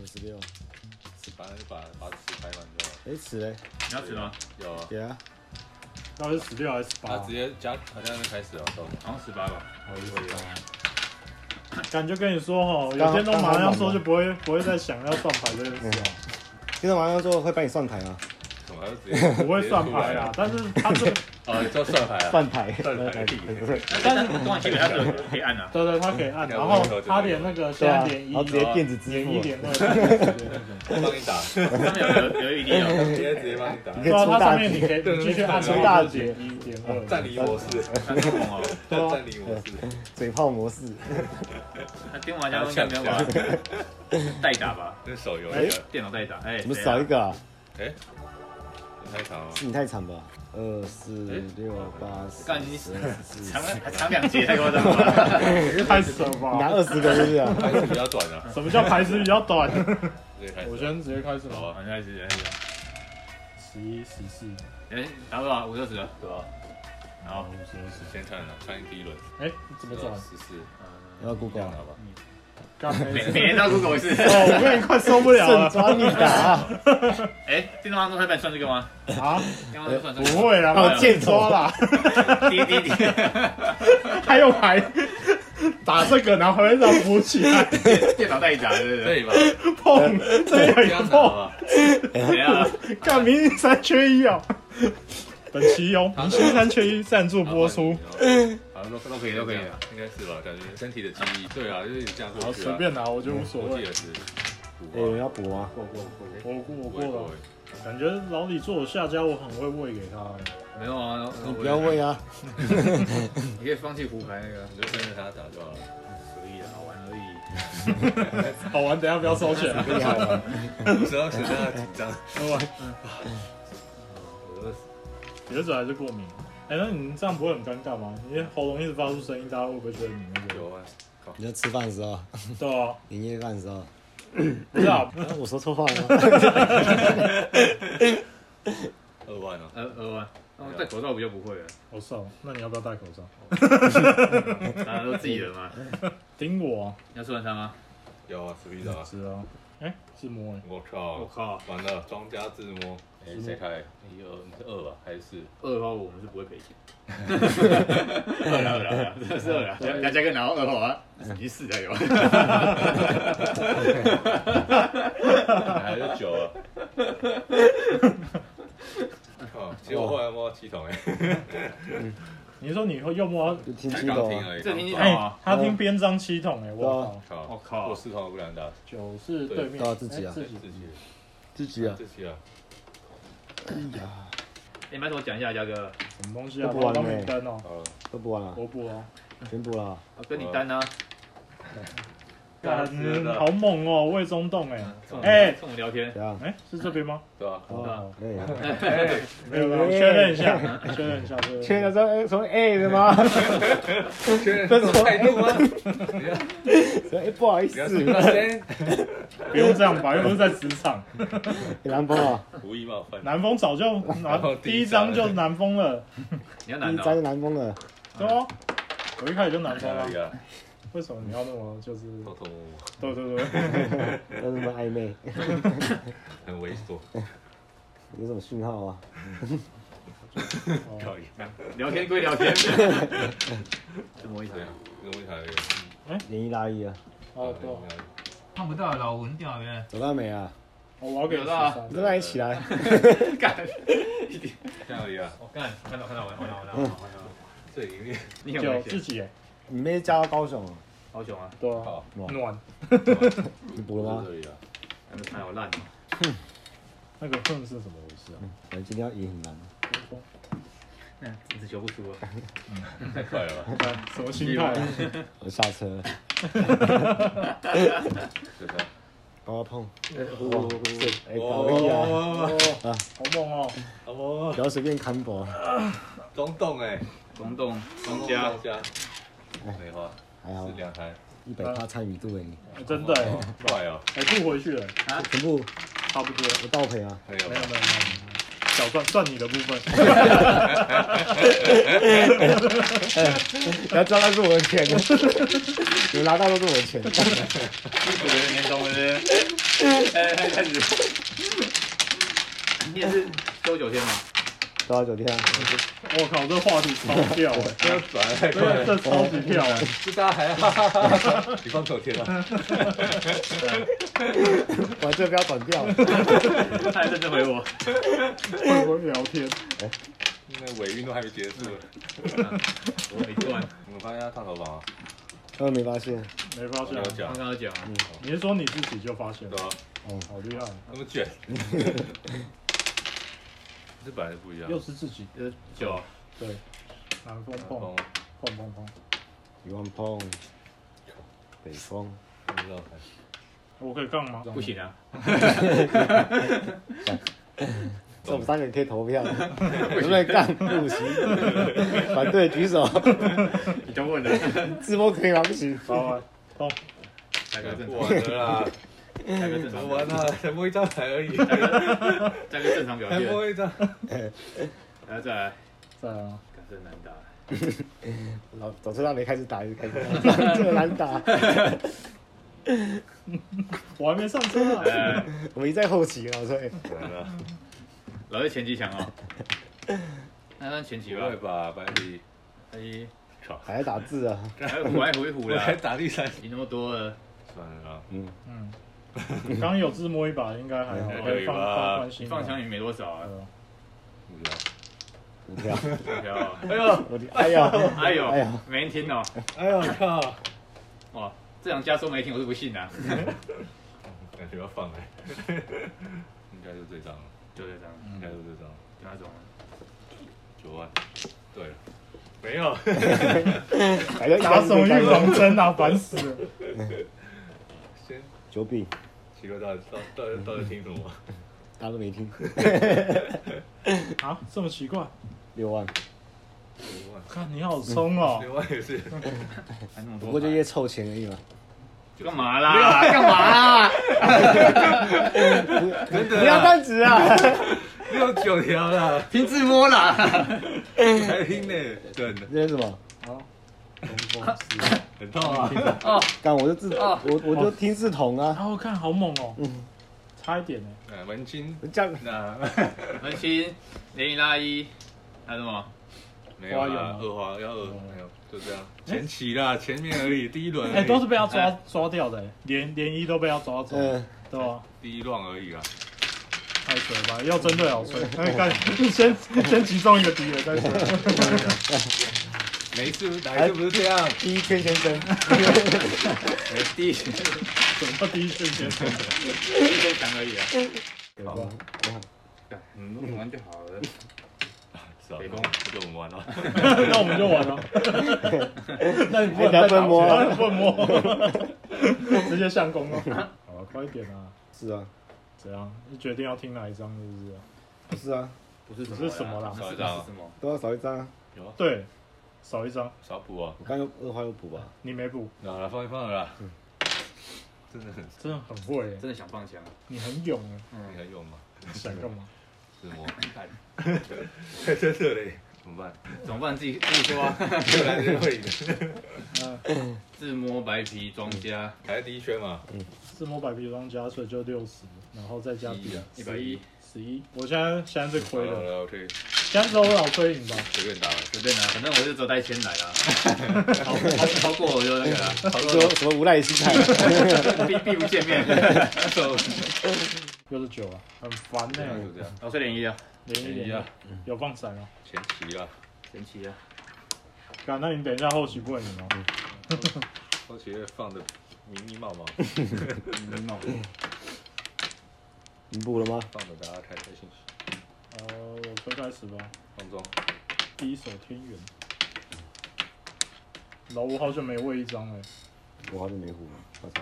我十六，吃把把把纸拍完就好。哎，死嘞，你要吃吗？有啊，给啊，到底是十六还是十他八直？接加好像就开始了，动了。好像十八吧。好意思啊感觉跟你说哦，有刚些都刚马上刚说就不会不会再想要算牌这件事哦。嗯今天晚上做会帮你算牌吗？怎么直接不会算牌啊，？但是他这个，。哦，叫算牌啊，算牌，算牌屁但是通常基本上都有可以按啊 对对，他可以按，然后他连那个现对啊在，连一然后直接电子支连付啊一了，连二帮你连三，打，他们有有有一定有，直接直接帮你 打，你可以对啊，出它上大面你题，可以你继续按出大点节一点二，占领模式，那这么猛哦。占领模式，嘴炮模式，那电玩家应该没有 玩，代打吧？跟手游哎一样。电脑代打，哎，怎么少一谁啊？个啊？哎，你太长了，是你太惨吧？二四六八十，干你十二十四长了长两节太夸张了。哎太扯了拿吧？二十个是不是啊？还是比较短啊，什么叫排时比较短？直接开始。我先直接开始好了，啊，好，开始开始。十一、十四、哎，打多少？五六十了，对啊吧？好，好，五十二十。先看了，看第一轮，哎，怎么转？十四，然呃后 Google 好吧？干每杯！每人到 Google 一次。哦， 我有点快受不了啊了顺抓你打，啊 哎，电脑上都台版算这个吗？啊！电脑上算这不个吗？会啦，让我我见抓头啦，滴滴 滴，还有牌打这个，然后还让扶起来电脑代打，对不对对？吧？碰，这有这一样子好碰，吧？怎样？干明星三缺一哦。本期由明星三缺一赞助播出，好，都都可以，都可以的。应该是吧？感觉身体的记忆，对啊，就是你这样好过去随啊。便拿，我觉得无所我记谓。得是，哎，有人要补吗？我过我过我我过了，感觉老李做我下家，我很会喂给他。没有啊，你不要问，啊，你可以放弃胡牌那个，你就跟着他打就好了。可以的，好玩而已。好玩，等一下不要收钱。厉害了，有时候是他紧张，有嘴还是过敏。哎、那你这样不会很尴尬吗？你喉咙一直发出声音，大家会不会觉得你那个？有啊，你就吃饭的时候，对啊，年夜饭的时候，不是啊，啊我说错话了 吗？二万哦，呃呃啊，哦戴口罩比较不会了，我操，那你要不要戴口罩？大家都自己人嘛。盯我、啊，你要吃晚餐吗？有啊，十一张啊。是啊。哎、自摸、欸，我靠！我靠，完了，庄家自摸。哎，谁开？一二，你是二吧？还是四？二号我们是不会赔钱。二了二了二了，真的是二了。梁梁家哥拿到二号啊，你是四才有。还是九啊？靠！其实我后来摸到七筒哎，你说你会又摸到？就听才七刚懂听啊，而已。这听听哎、哦他听边章七筒哎、我对靠，靠！我靠我四筒我不敢打，九是对面，对啊自己啊哎自自己己自己啊，自己啊。你买什么讲一下，家哥？什么东西啊？都不玩我欸帮你登哦、好了，啊都补完了，我补哦、全补了，我跟你单啊。干是的好猛哦、魏中洞哎、哎，跟我聊天。对啊，哎、是这边吗？对啊。哦，可以啊，没有没有，确认一下，确认一下，确认一下缺的时候哎从 A 的 吗？确认这种态度吗？说哎不好意不思要，说那先不用这样吧，又不是在职场。南风啊，无意冒犯。南风早 就拿然后第第一一张张就是南风了，你要第男一的张就哦。南风啊了，对哦，我一开始就南风哪了里，啊？为什么你要那么就是？偷偷摸摸，对对 对，有什么暧昧？哎很猥琐。有什么讯号啊？哦靠！一样。聊天归聊天，这么一对台啊，跟我一台。连一拉一啊，哦对哦，看不到老文掉没？走到没啊？我要给你十你三，都来一起来，干，哪里啊？我干，看到看到，我我我我我，这里面你很九危自险，己哎，你妹嫁到高雄啊？好囧啊！对啊，好，暖你补了吗这？里啊。还没拍我烂了，那个哼是什么回事啊？感觉今天要赢很难，那只球不输啊！太快了吧？干什么心态啊？我下车了，对吧？刚刚啊碰，我哎，可以啊，哦，好猛哦！哦，不要随便看啊博，中洞哎，东洞东中哎家中家，梅花还好是两台，一百趴参与度哎，哎真的哎，快哦，哎不回去了，全部差不多。我倒赔啊，没有没有没有没有，小段算你的部分。 你要知道那是我的 钱的，你们拿到都是我的 钱。辛苦了，年终了是不是，哎，开始。你也是休九天吗？多少酒店啊？我靠，这话题超跳哎、不要转太真的快，这超级跳哎、就大家还哈哈哈哈，你放九天了，我这不要转 掉。他还认真回我，会不会聊天？那尾运动还没结束，我没做完，你们发现他啊烫头发吗？他们没发现，没发我现有啊？讲刚，刚有讲啊，你是说你自己就发现对了？吧？好厉害，啊那么卷，这本来就不一样，又是自己就是九啊，对，南风碰风，碰碰碰。一万碰，北风，不知道看。我可以杠吗？不行啊，这我们三个人可以投 票，能不能干不 行？反对举手，你都问了，自摸可以吗？不行。好啊，碰，大哥正不玩了常，啦，大哥正怎么常，玩啊？才摸一张牌而已，大哥正常表才现，摸一张。然后再来，在啊，感真难打，老早知道没开始打，就开始打，这么难打。我还没上车 啊。哎，我们一在后期，老崔。完了，老是前几强哦，那算前几不吧会，吧，白里，哎，还在打字啊？还虎来回虎我啦才，打第三，赢那么多了，算了啦，嗯，嗯，刚刚有自摸一把，应该还好，可以放啊放宽心。放枪也没多少啊，呃，不知道。你跳，股票啊，哎呦，我的哎呀，哎呦，哎呀没人听哦，哎呦我靠，哇，哦这场加收没听，我是不信啊，感觉要放哎，应该就这张了，就这张，应该就这张了，就那种，九万。对了，没有，感觉打什么预防针啊？烦死了！先九比，奇怪到底到到底到底听什么？大家都没听。啊，这么奇怪？六万，六万，看你好松哦，六万也是，还那么不多过牌，就越凑钱而已嘛。干嘛啦？干 嘛啦？真不要这的样子啊！六九条啦， 听自摸啦，还听呢，真的这是什么？很痛啊！哦，干，我就自我我就听志同啊。然后看好猛哦，嗯差一点呢。欸哎文青，哦这样那文心零零拉一，还有什么？没有花友啦吗，二花嗯要二，没有，就这样，前期啦，前面而已，第一轮而已，哎，都是被他抓哎抓掉的，欸连连一都被他抓走，嗯，对吧？第一乱而已啊啦，太水了吧，要针对好吹。嗯哎，干， 先先击中一个敌人再吹。每一次哪一次不是这样？第一圈先生，没 第一圈，什么第一瞬间？第一圈强而已啊。好哦吧，嗯，玩就好了。是啊北宫这就我们玩了， 那我们就完了。那你不哎能再你还不能摸啊不能摸， 直接相公嗯了。好了，快一点啊！是啊，怎样？你决定要听哪一张是不是？不是啊，不是不是什么啦那是那是什么？都要少一张啊。有啊对，少一张，少补啊，我刚又二话又补吧，你没补，那来放一放了啦，真的很真的很会耶，真的想放枪？你很勇啊！你还有吗？想干嘛？是 吗？真的嘞，怎么办？怎么办？自己自己说啊。又来这会的，自摸白皮庄家还是第一圈嘛，自摸百皮装加水就六十，然后再加一币啊一百一，十一。我现在现在是好亏了好的，了，我可以现在只有我老亏赢吧？随便打了，随便拿，反正我就只有带钱来啦。超超超过我就那个啦，超说过什么无赖心态？必必不见面。又是九啊，很烦这样呢。就这样，老师零一啊，连一一连啊，有放闪啊！前期啦，神奇啊！干，那你等一下后期不会赢哦。后期放的迷迷冒冒，嗯你补了吗？放的大家开开心心，呃，我推开始吧。放纵，第一手天元，老吴好久没喂一张了，我好久没补了，我操！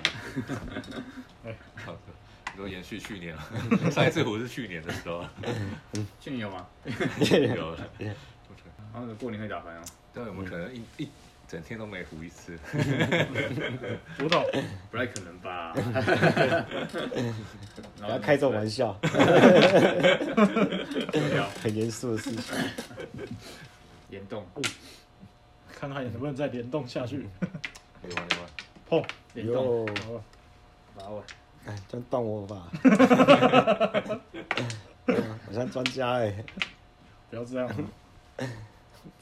好的，你说延续去年 了，上一次我是去年的时候，啊去年有吗？有了，然后过年会打牌哦。但有没有可能一一整天都没糊一次，我懂，不太可能吧？ 不要开这种玩笑，笑，很严肃的事情。严冻，看看你能不能再联动下去。没完 没完。碰，严冻，哟，好了把我哎，这样断我 吧。我像专家哎、不要这样。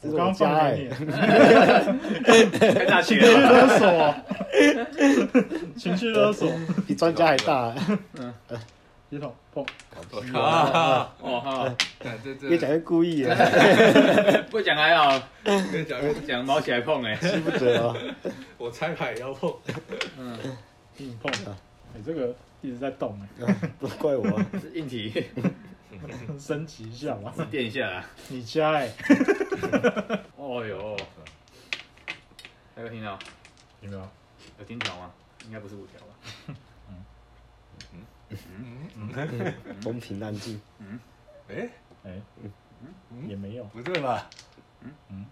这我是刚我刚家放哎、给你，太大气情绪了吧，勒索， 情绪勒索。比专家还大、欸，一桶碰，我啊靠！哦哈，看这这越讲越故意哎、欸，不讲还好，越讲越我讲毛起来碰哎，记不得哦、我拆牌也要碰。嗯，硬碰。你、这个一直在动哎、不怪我、啊，是硬体，嗯升级一下吧。垫一下啦。你家哎、哦哟，还有听到？有没有？有听条吗？应该不是五条吧？嗯风平浪静，哎，哎、嗯也没有。不对 吧？嗯，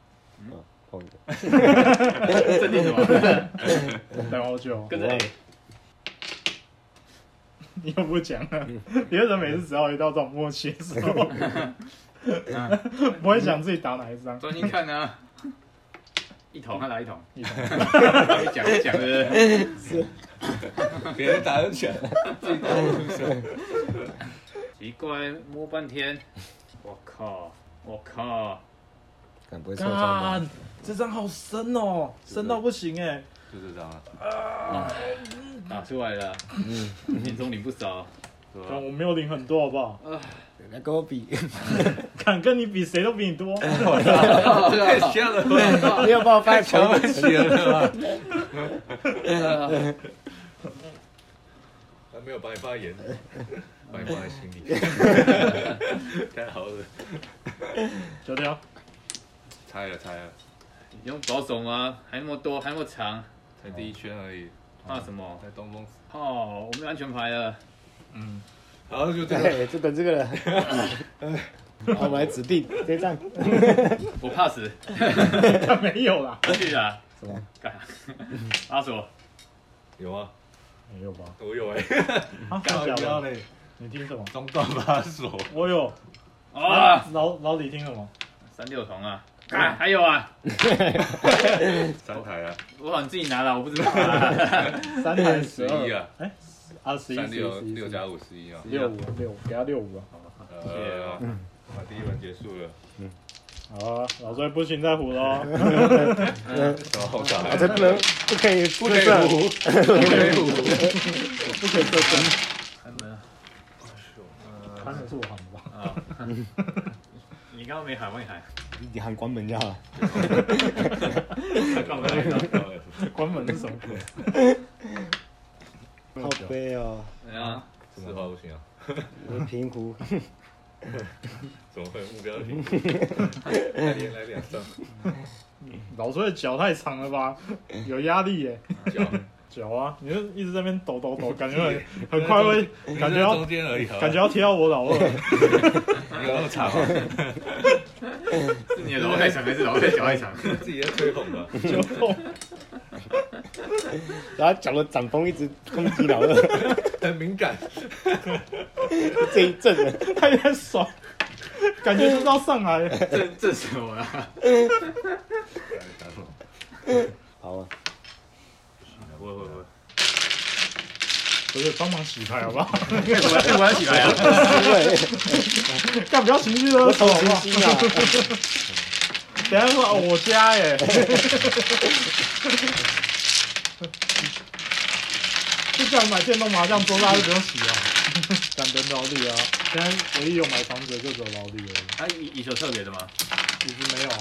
碰的，镇定什么？嗯等好久哦，跟着哎 A，你又不讲了。嗯你为什么每次只要一到这种默契的时候，嗯不会想自己打哪一张？专心看啊。一桶啊还来一桶，一桶，讲讲的，别人打成拳，自己打成拳。奇怪，摸半天，我靠，我靠，敢嗯不会受伤吧？，这张好深哦，深到不行哎、就这张啊，打出来了，年终领不 少，是吧但我没有领很多，好不好？嗯来跟我比，敢跟你比，谁都比你多。嗯太香了吧，没有办法强 放不起了吧？还没有把你发言， 把你放在心 里，太好了，九条，猜了猜了，你用保守吗？还那么多，还那么长，才第一圈而已，怕什么？在东风。哦，我们有安全牌了，嗯，好，就这样。对，哎就等这个了。 好，我们来指定这张，我怕死，但没有啦，去啊！什么？干，阿索，有啊，没有吧？我 有哎，啊，真的假的？嘞，你听什么？中断把手，我有啊，老老李听什么？三六桶啊，干，还有啊，三台啊，我好像自己拿了，我不知道啊，三台十十一二，啊，哎，啊十一三十一六十一六加五十一啊，六五六，给他六五啊！呃，好第一轮结束了，好啊，老帅不行再胡喽，然后打啊，这不能不可以，不可以这样，不可以再争，开门啊 看的是我喊的吧？啊！你刚刚没喊，我也喊，你喊关门就好了。干嘛来着？关门是什么鬼？靠背哦，对啊，四话不行啊，我是平湖， 怎么会目标平？来连来两张，老帅的脚太长了吧，有压力耶。脚脚啊，你就一直在那边抖抖抖，感觉很很快会，感觉要中啊间而已，好吧感觉要贴到我老二。没有那么长啊，是 你的楼太长还是楼太小太长？自己在吹捧吧，就痛，然后脚的掌风一直攻击老二，很敏感，这一阵的他也在爽，感觉就是要上来。 这这什么啊？好啊，我我我，不是帮忙洗牌好不好？我要起来啊！因为干不要情绪勒我索手好不好？心心啊，等一下说哦我家耶，就叫你买电动麻将桌，大家就不用洗了。感恩劳力啊！现在唯一有买房子的就只有劳力而已，他以以球特别的吗？椅子没有啊。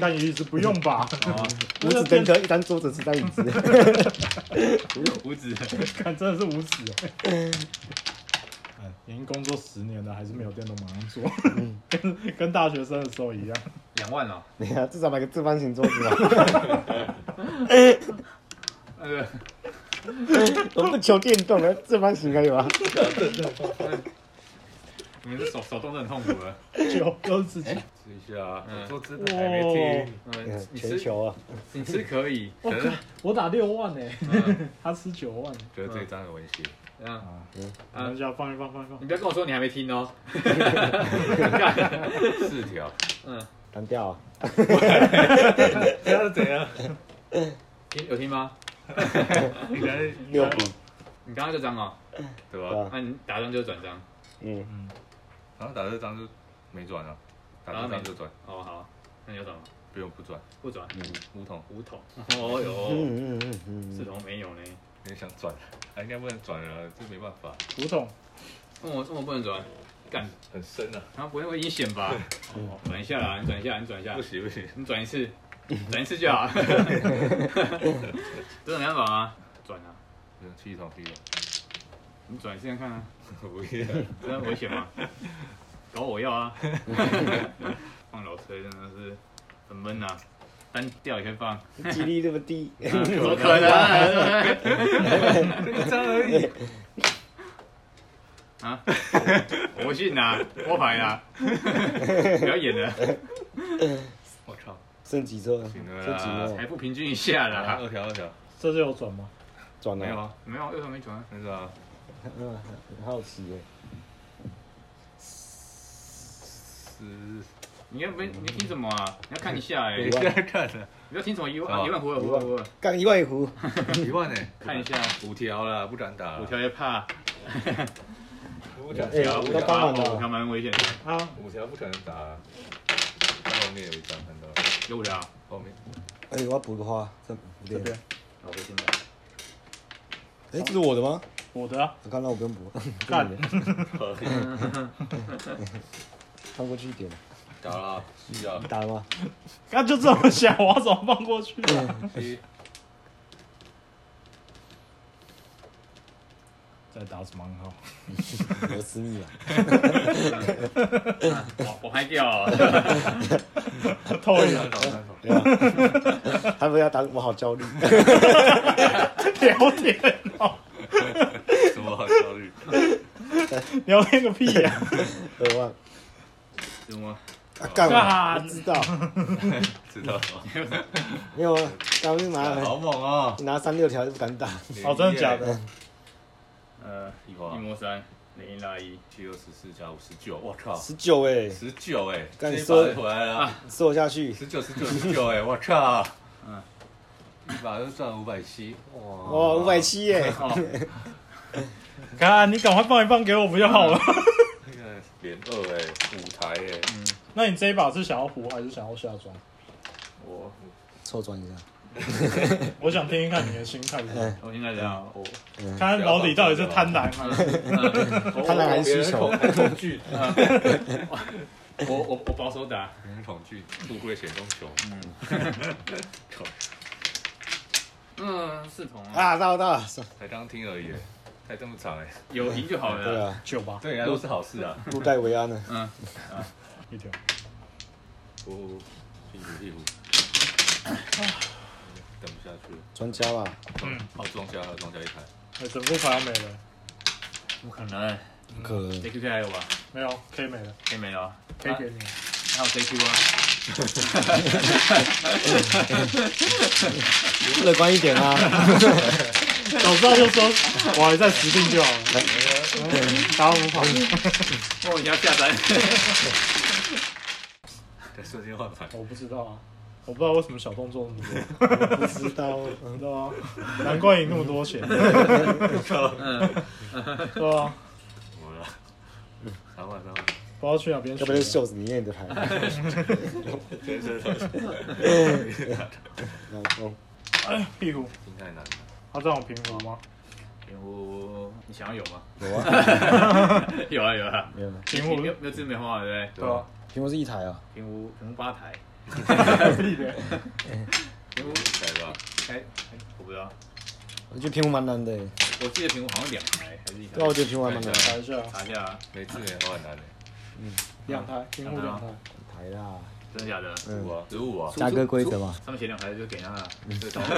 但椅子不用吧？哦，五指登科一张桌子，四张椅子， 五指， 看真的是无耻哎！哎，已经工作十年了，还是没有电动麻将桌， 跟跟大学生的时候一样。两万哦。你看至少买个正方形桌子吧，那个 我不求电动了，正方形可以吗？ 你们的手手动得很痛苦了。就都是自己自己下，嗯我说真的还没听，嗯嗯，你全吃球啊，你吃 可以，我可是靠，我打六万呢、嗯他吃九万。觉得这一张很温馨。这样啊，啊等一下放一放放一放你。不要跟我说你还没听哦。四条，嗯，单调啊，这样是怎样？听有听吗？你才六比，你刚刚这张哦，对对吧？吧？那你打算就转张。嗯，嗯，然后打这张就没转啊，打这张就转，哦好，那你要转吗？不用不转，不转，五筒，五桶。哦哟，嗯嗯嗯四嗯桶没有呢。你想转，啊，应该不能转了，这没办法，古董，问我问我不能转，干，很深啊，他不会会阴险吧？嗯哦转一下啦，你转一下，你转一下不，行不行，你转 一次，转一次就好。 这种没办法啊，转啊，嗯七筒七筒，你转一次看看啊，不要，真的危险吗？搞我要 啊！放老车真的是很闷啊，单调也可以 放，啊嗯，几率这么低，怎么可能啊？ 一张而已，啊！我信呐，我啊 牌呐，不要演了，我操，剩几车？啊剩几行了秒还？不平均一下啦？二条二条，这是有转吗？转没有了，啊，没有，为什么没转啊？那是啊，嗯，很好奇耶，十，你要不你听什么啊？你要看一下哎，你一现万在看的，你要听什么？一是吧万一万胡尔啊哦一胡万啊尔胡尔，干一万一壶，一万呢，看一下五条啦，不敢打，五条也怕，五条哎条五五条条帮忙的啊五条蛮危险的，啊，五条不可能打，看后面有一张看到，有五条，后面哎，我要补个花，这这这边边，好危险的，哎，这是我的吗？我的啊，我看到我不用补，干，翻过去一点，打了，需要你打了 吗？刚就这么想，我要怎么放过去啊？七，再打什么暗号？我私密啊吧，我我拍掉 啊，透二条眼，打三筒，对吧？他们要打我好焦 虑，聊天哦，什么好焦虑？聊天个屁呀！二万，什么？啊干我，干我知道，知道，没有啊，干我就拿好猛啊！拿三六条就不敢打，哦，真的假的？呃，一一花摸三，零一拉一，七二 十四加五十九，我靠，十九哎，十九哎，干这一把说就回来了，瘦下去，十九十九十九哎，我靠，嗯一把就赚五百七，哇哦，五百，七耶，哦，看，你赶快放一放给我不就好了？那个连二哎，五台哎， 嗯那你这一把是想要胡还是想要下庄？我凑转一下，我想听听看你的心态是什嗯哎么，我现在这样，哦我看看老李到底是贪婪还是……贪婪还是需求恐 恐惧， 我我我保守打，别人恐惧，富贵险中求， 嗯，四桶啊，啊，到了到了，算才刚听而已哎，才这么长哎，有赢就好对了啦，啊，九吧，对人家都是好事啊，入袋为安呢，嗯，一条。呜，屁股屁股，等不下去了。专家吧，嗯，好，庄家庄家一台，哎，整副牌要没了，不可能不可能， ，JQK 还有吧？没有 K 没了可以没有啊， ，K 给你。还有 JQ 啊，乐观一点啊，早知道就说我还在实定就好了。打我们跑，我一定要下单，在瞬间换牌，我不知道啊，我不知道为什么小动作那不么知道，多，对啊，难怪赢那么多钱，对啊，怎么了？三万三万，不知道去哪边要学不然就袖子里面的 牌，先生， 老公，哎，屁股，心太难了。他这样平衡吗？我你想要有吗？有啊， 有啊有啊，没有了，平没有衡，没有字梅花对不对啊，屏幕是一台啊，对？平湖平湖吧台，屁的，啊 平湖来吧，开，我不知道，我觉得屏幕蛮难的耶，我记得平湖好像两台还是一台对啊，，我觉得屏幕还蛮难的，打一下，查一下啊，每次没哦花很难的，两台，平衡两台，台啦，真的假的？五嗯，啊，十五啊，价格规则嘛，上面写两台就给他了，这张啊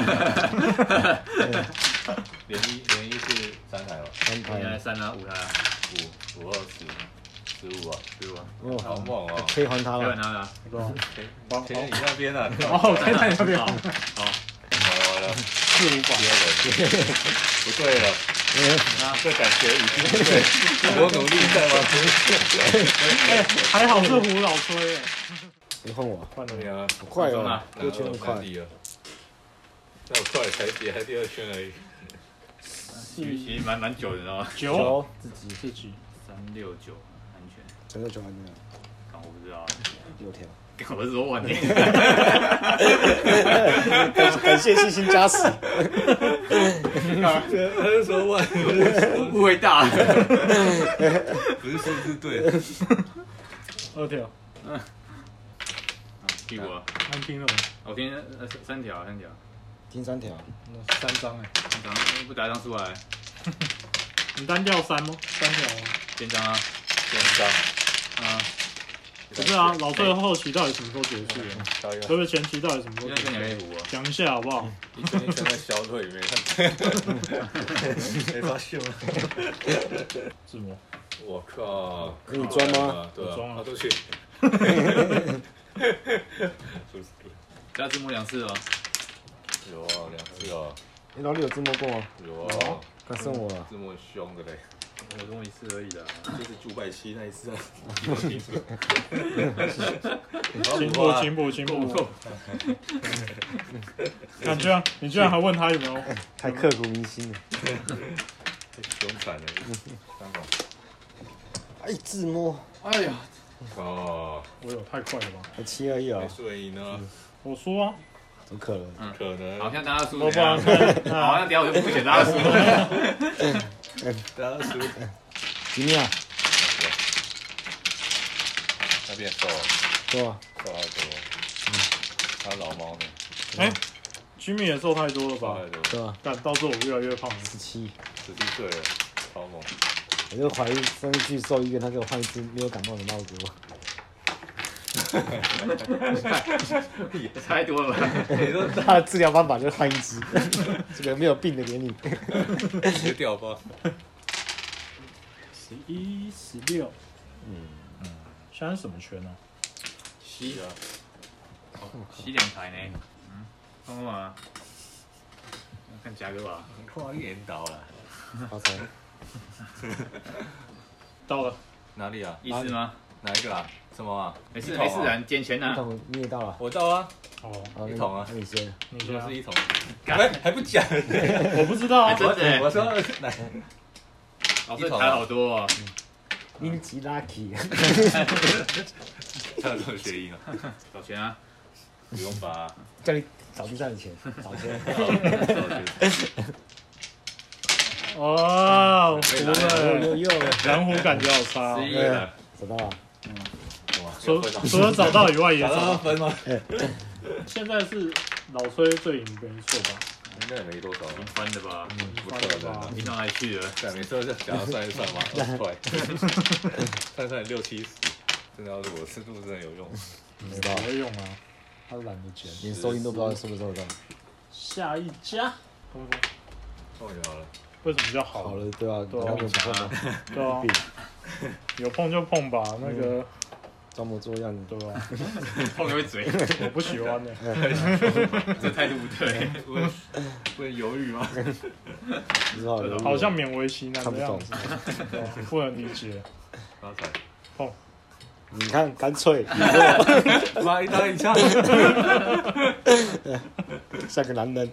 连一连一是三台吧，哦三现在台，三啊五台啊，五五二十，十五啊，对吧？好哦，猛哦！可以还他要不然了，拿了啊，包前你那边啊，干嘛啊哦，我在那边好，好，了？四五百，第 二轮，不对了，这感觉已经不对，我努力在往前。哎，还好是胡老吹，哎你换我，换了对呀，啊，好快放松哦啊，六千五块，了，那我快才也还第二圈而已。其实其实蛮蛮久的，你知道吗？九九自己自己，三六九安全，整个九还没有，但我不知道，六条，干我是说晚年，感感谢信心加持，他就 说万，误会大了。不是数字 对，二条，啊第五啊，安拼了，我今天呃三三条三条，听三条，那三张哎，三张不打一张出来，你单调三吗？三条吗？先张啊，先张，啊，不是啊，老崔后期到底什么时候结束？啊加油特别前期到底什么时现候在结跟你束？黑胡啊，讲一下好不好？一圈一圈在消退里面，没发现吗？是吗？我靠！可以装吗？？对啊，装啊啊，都去。数字加字幕两次哦，有啊，两次啊，你老李有字幕过吗？有啊，该剩我了，这么凶的嘞，我中一次而已啦。就是九百七那一次啊。进步啊进步进步！那你居然你居然还问他有没有？太刻骨铭心了。凶惨了，三个。哎，自摸，哎呀，哦，我有太快了吧？还七二一啊没，顺赢呢，我说啊，怎么可能？可能。好像大家输我了不然呀，好看像等一下我就不选大家输了。大家输，吉米啊，那边瘦，对吧？瘦好多。他老猫呢， Jimmy 也瘦太多了瘦吧太？多，对吧？但到时候我越来越胖了。十七，十七岁了，超 猛。我就怀疑上次去兽医院，他给我换一只没有感冒的帽子给我。太多了吧？你说他的治疗方法就是换一只，这个没有病的给你。直接掉包，十一、十六，嗯嗯，现在什么圈呢？吸啊，哦洗两台呢，嗯，看看嘛，看嘉哥吧，跨年倒了。好惨，到了，哪里啊？意思吗？哪一个啊？什么啊？没一事桶没啊事啊，，你捡钱一呐，桶你也到了，我到啊，哦，好，那一桶啊那你先，你你先说啊，是一桶，还哎还不讲？我不知道还啊，真的我欸，说哎哪？老师台好多哦，英吉 lucky，他有这种谐音啊？找钱啊，不用吧？叫你 找地上的钱，找 钱。哦，可以服啦又了又欸，又了，蓝湖感觉好差哦十。一了，找到了，除除了找到以外，也打到找。分吗？现在是老崔最赢，没错吧？应该也没多少吧平？翻的吧，不可能啊！平常还去了，对，每次都是想要算一算嘛，二十块，算算六七十，真的要是我深度真的有用。不知道，没用啊，他懒得卷。连收音都不知道收不收得到。下一家，哦，好了，为什么叫好好了？了，对啊，对啊然后就不碰了，对啊，有碰就碰吧，那个装模作样的。对吧？碰一会嘴，我不喜 欢的。这态度不对，问问犹豫吗？不知道有没有好像勉为其难看的不样懂子，，对啊不能理解。发财， 你看干脆妈一打一枪，像个男 人，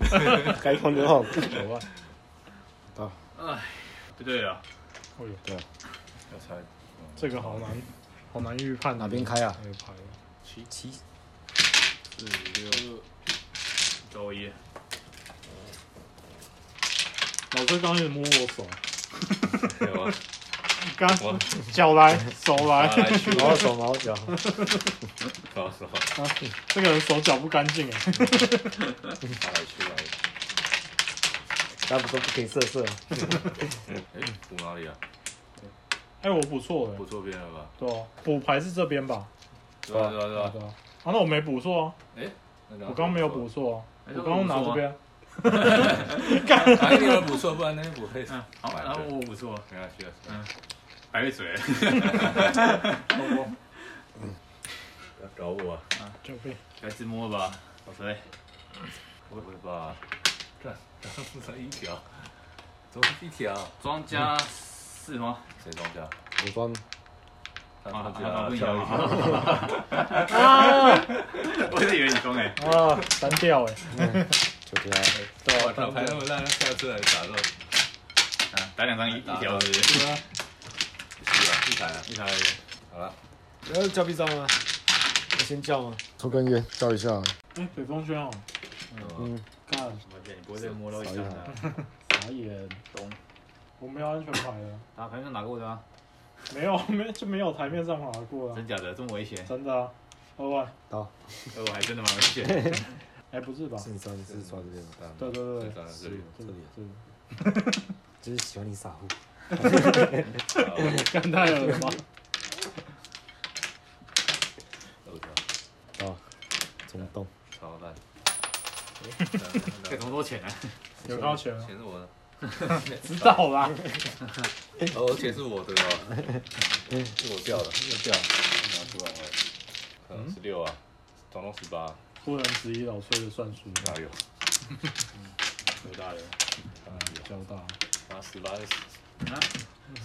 该碰就碰。九万，哎，不对了，哎呦，要猜这个好难，好难预判哪边开啊？那个牌啊七七四六周一，老师刚一直摸我手，有啊，刚我脚来手 来，来去毛手毛脚，高手，这个人手脚不干净哎。他来去来，他不说不可以色色，哎，补哪里啊？哎，我补错了补欸，错边了吧？对啊，补牌是这边吧？对啊对啊对啊对啊，啊，那我没补错啊，那就要我刚没有补，错啊，哎我刚刚拿这，边啊，哪一个补错？不然那边补黑，嗯，好，然后我不错，没关系啊，白水水了，要搞我啊，就被该自摸了吧，老崔。不会吧？这这不才一条，怎么是一条？庄家是吗？谁庄家？我装他啊，庄啊家不一笑样一啊！嗯跳。 我一直以为你装哎， 啊单调哎，就这样，对哇，啊，他牌那么烂，下次还打到啊打两张一一条是不是？对啊，是啊，一台啊。一条而已。好了，要叫臂章吗？要先叫吗？抽根烟，叫一下。哎，北风轩哦，嗯，看我天，你不会再摸到一张的？傻眼，懂，我没有安全牌了，打牌上打过的啊？没有 没就没有台面上划过啊真，假的？这么危 险？真的啊，老板，呃我还真的蛮危险。哎不是吧？是你抓，是抓这边吗？对对对在这里。这里，是，就是 喜欢你傻乎。好干太了吧？我操，啊，冲动。超烂。给这么多钱 啊？有高钱啊，钱是我的，知道啦，哦，钱是我的哦，是我掉的，又掉，拿出来了，嗯，十六啊，总共十八，不能质疑老崔的算术，哪有？多大的？啊，交大，拿啊十八是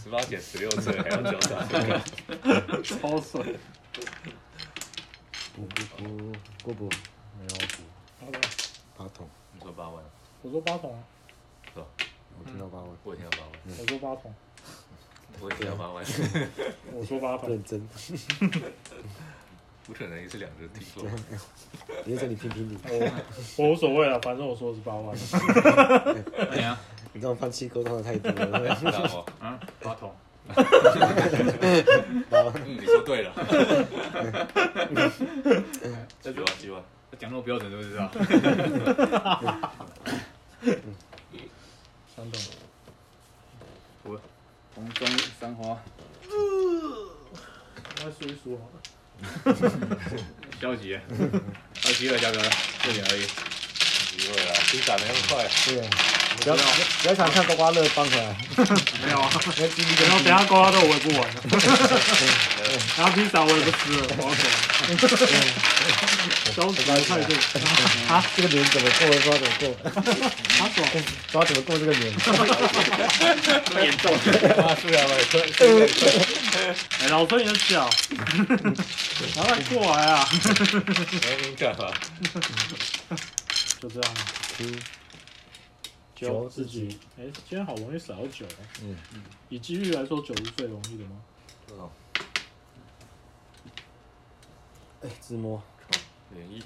十八减十六岁还要交啥？超水，不不不不不，没有补，好的，八桶，你说八万，我说八桶啊，我听到八万，我也要八万，我说八桶，我也要八 万，我说八桶，认真，不可能一次两个人听过。别在你评评理。我我无所谓啊了，反正我说的是八万，那你啊？你这种放弃沟通的态度， 然知道吗？啊，八桶。后嗯，你说对了。继续吧，继续吧。讲那么标准是不是啊？三桶，红中三花，那输一输好了，消极。啊 还有机会，嘉哥，这点而已。机会啦，你打得那么快，对啊，不要不要想看刮刮乐翻回来，没有啊。那今等天下等下刮刮乐我也不 玩了，然后披萨我也不吃了，我要走了。 都什么态度？啊，这个年怎么过？不知道怎么过，不知他说道怎么过这个 年。这么严重？啊，是啊，我说对对对，：“哎，老崔你的 脚，赶快过来 啊！很敏感 啊。就这样，啊九九自己。哎，今天好容易少到九哦。嗯以几率来说，九是最容易的吗？哦哎，自摸，连一，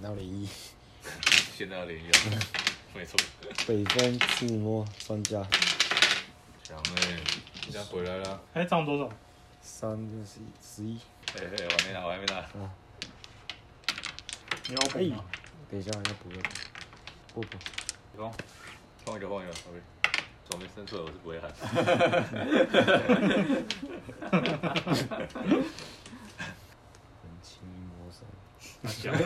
哪有零一？现在要连一啊，没错。北分自摸专家，强哎，人家回来了。哎，这样多少？三六十一十一。哎哎，我还没拿，我还没拿。你要赔吗？等一下要补个，不补，放一个，放一个，sorry。手没伸出来，我是不会喊。人轻摸手，讲，啊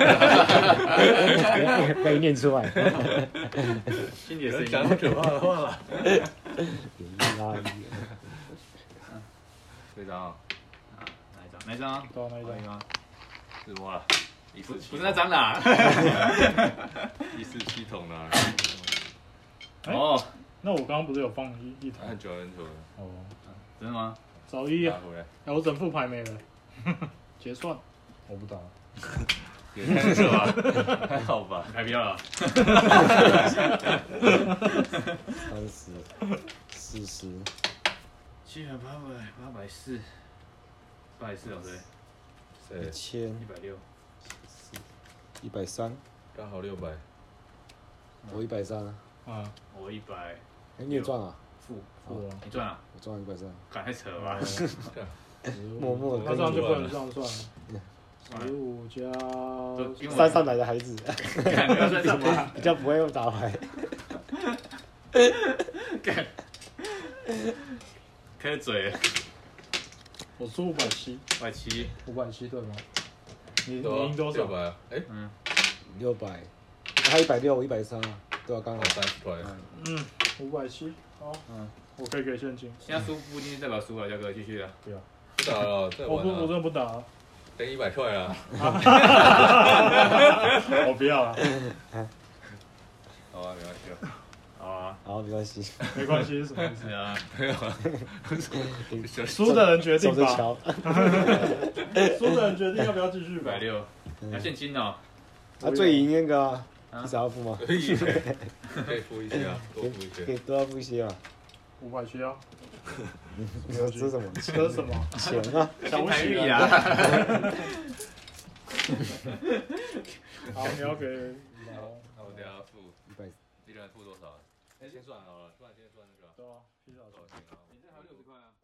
被念出 来，心里的不要声音。讲可怕的话了。零一拉一。啊队长，哪一张？哪一张？对啊，那一哪一张。张？自摸了，一四七，不是那张啊啦。一四七桶啦。哦，那我刚刚不是有放一一台？哎很久很久了，哦，真的吗？少一拿啊！回来。哎，我整副牌没了， 结算。我不打了。也太扯吧？ 还好吧？开票了。三十、四十、七百八百八百四，八百四老师，对一，千一、百六，一百三，刚好六百。我一百三啊，啊，我一百哎，你也赚啊，负，我啊。你赚了，我赚了一百三，敢太扯了吧？ 默默那跟这样着就不能这样算了。哎嗯十五加因为山上来的孩子 敢要算什么？比较不会用打牌，敢 开嘴，我出五百七，外七，五百七对吗？你你对啊赢多六少？百啊？哎，嗯，六百，他一百六，我一百三啊，对啊，刚刚好好，三十块。嗯，五百七，好，嗯，我可以给现金。现在输不一定是代表输了，交哥继续啊。不要，不打 了，再我玩不，我真了，的不打啊，等一百块啊，我不要啊，好啊，没关系啊，好啊，好，没关系，没关系，是什么意思是？啊，没有啊，输的人决走定着吧，瞧。输的人决定要不要继续一吧百。六，要现金哦。啊，最赢那个啊啊至少要付吗？可以，可以付一些 啊，多付一给些，都要付一些啊。五百七啊，这是什么这是什么？ 钱啊？小台喜币啊！啊，好，你要给。那我等一下付，一百一人付多少啊？哎，先算好了，不然先算那个啊，对啊，洗澡多少钱啊？还有六十块啊。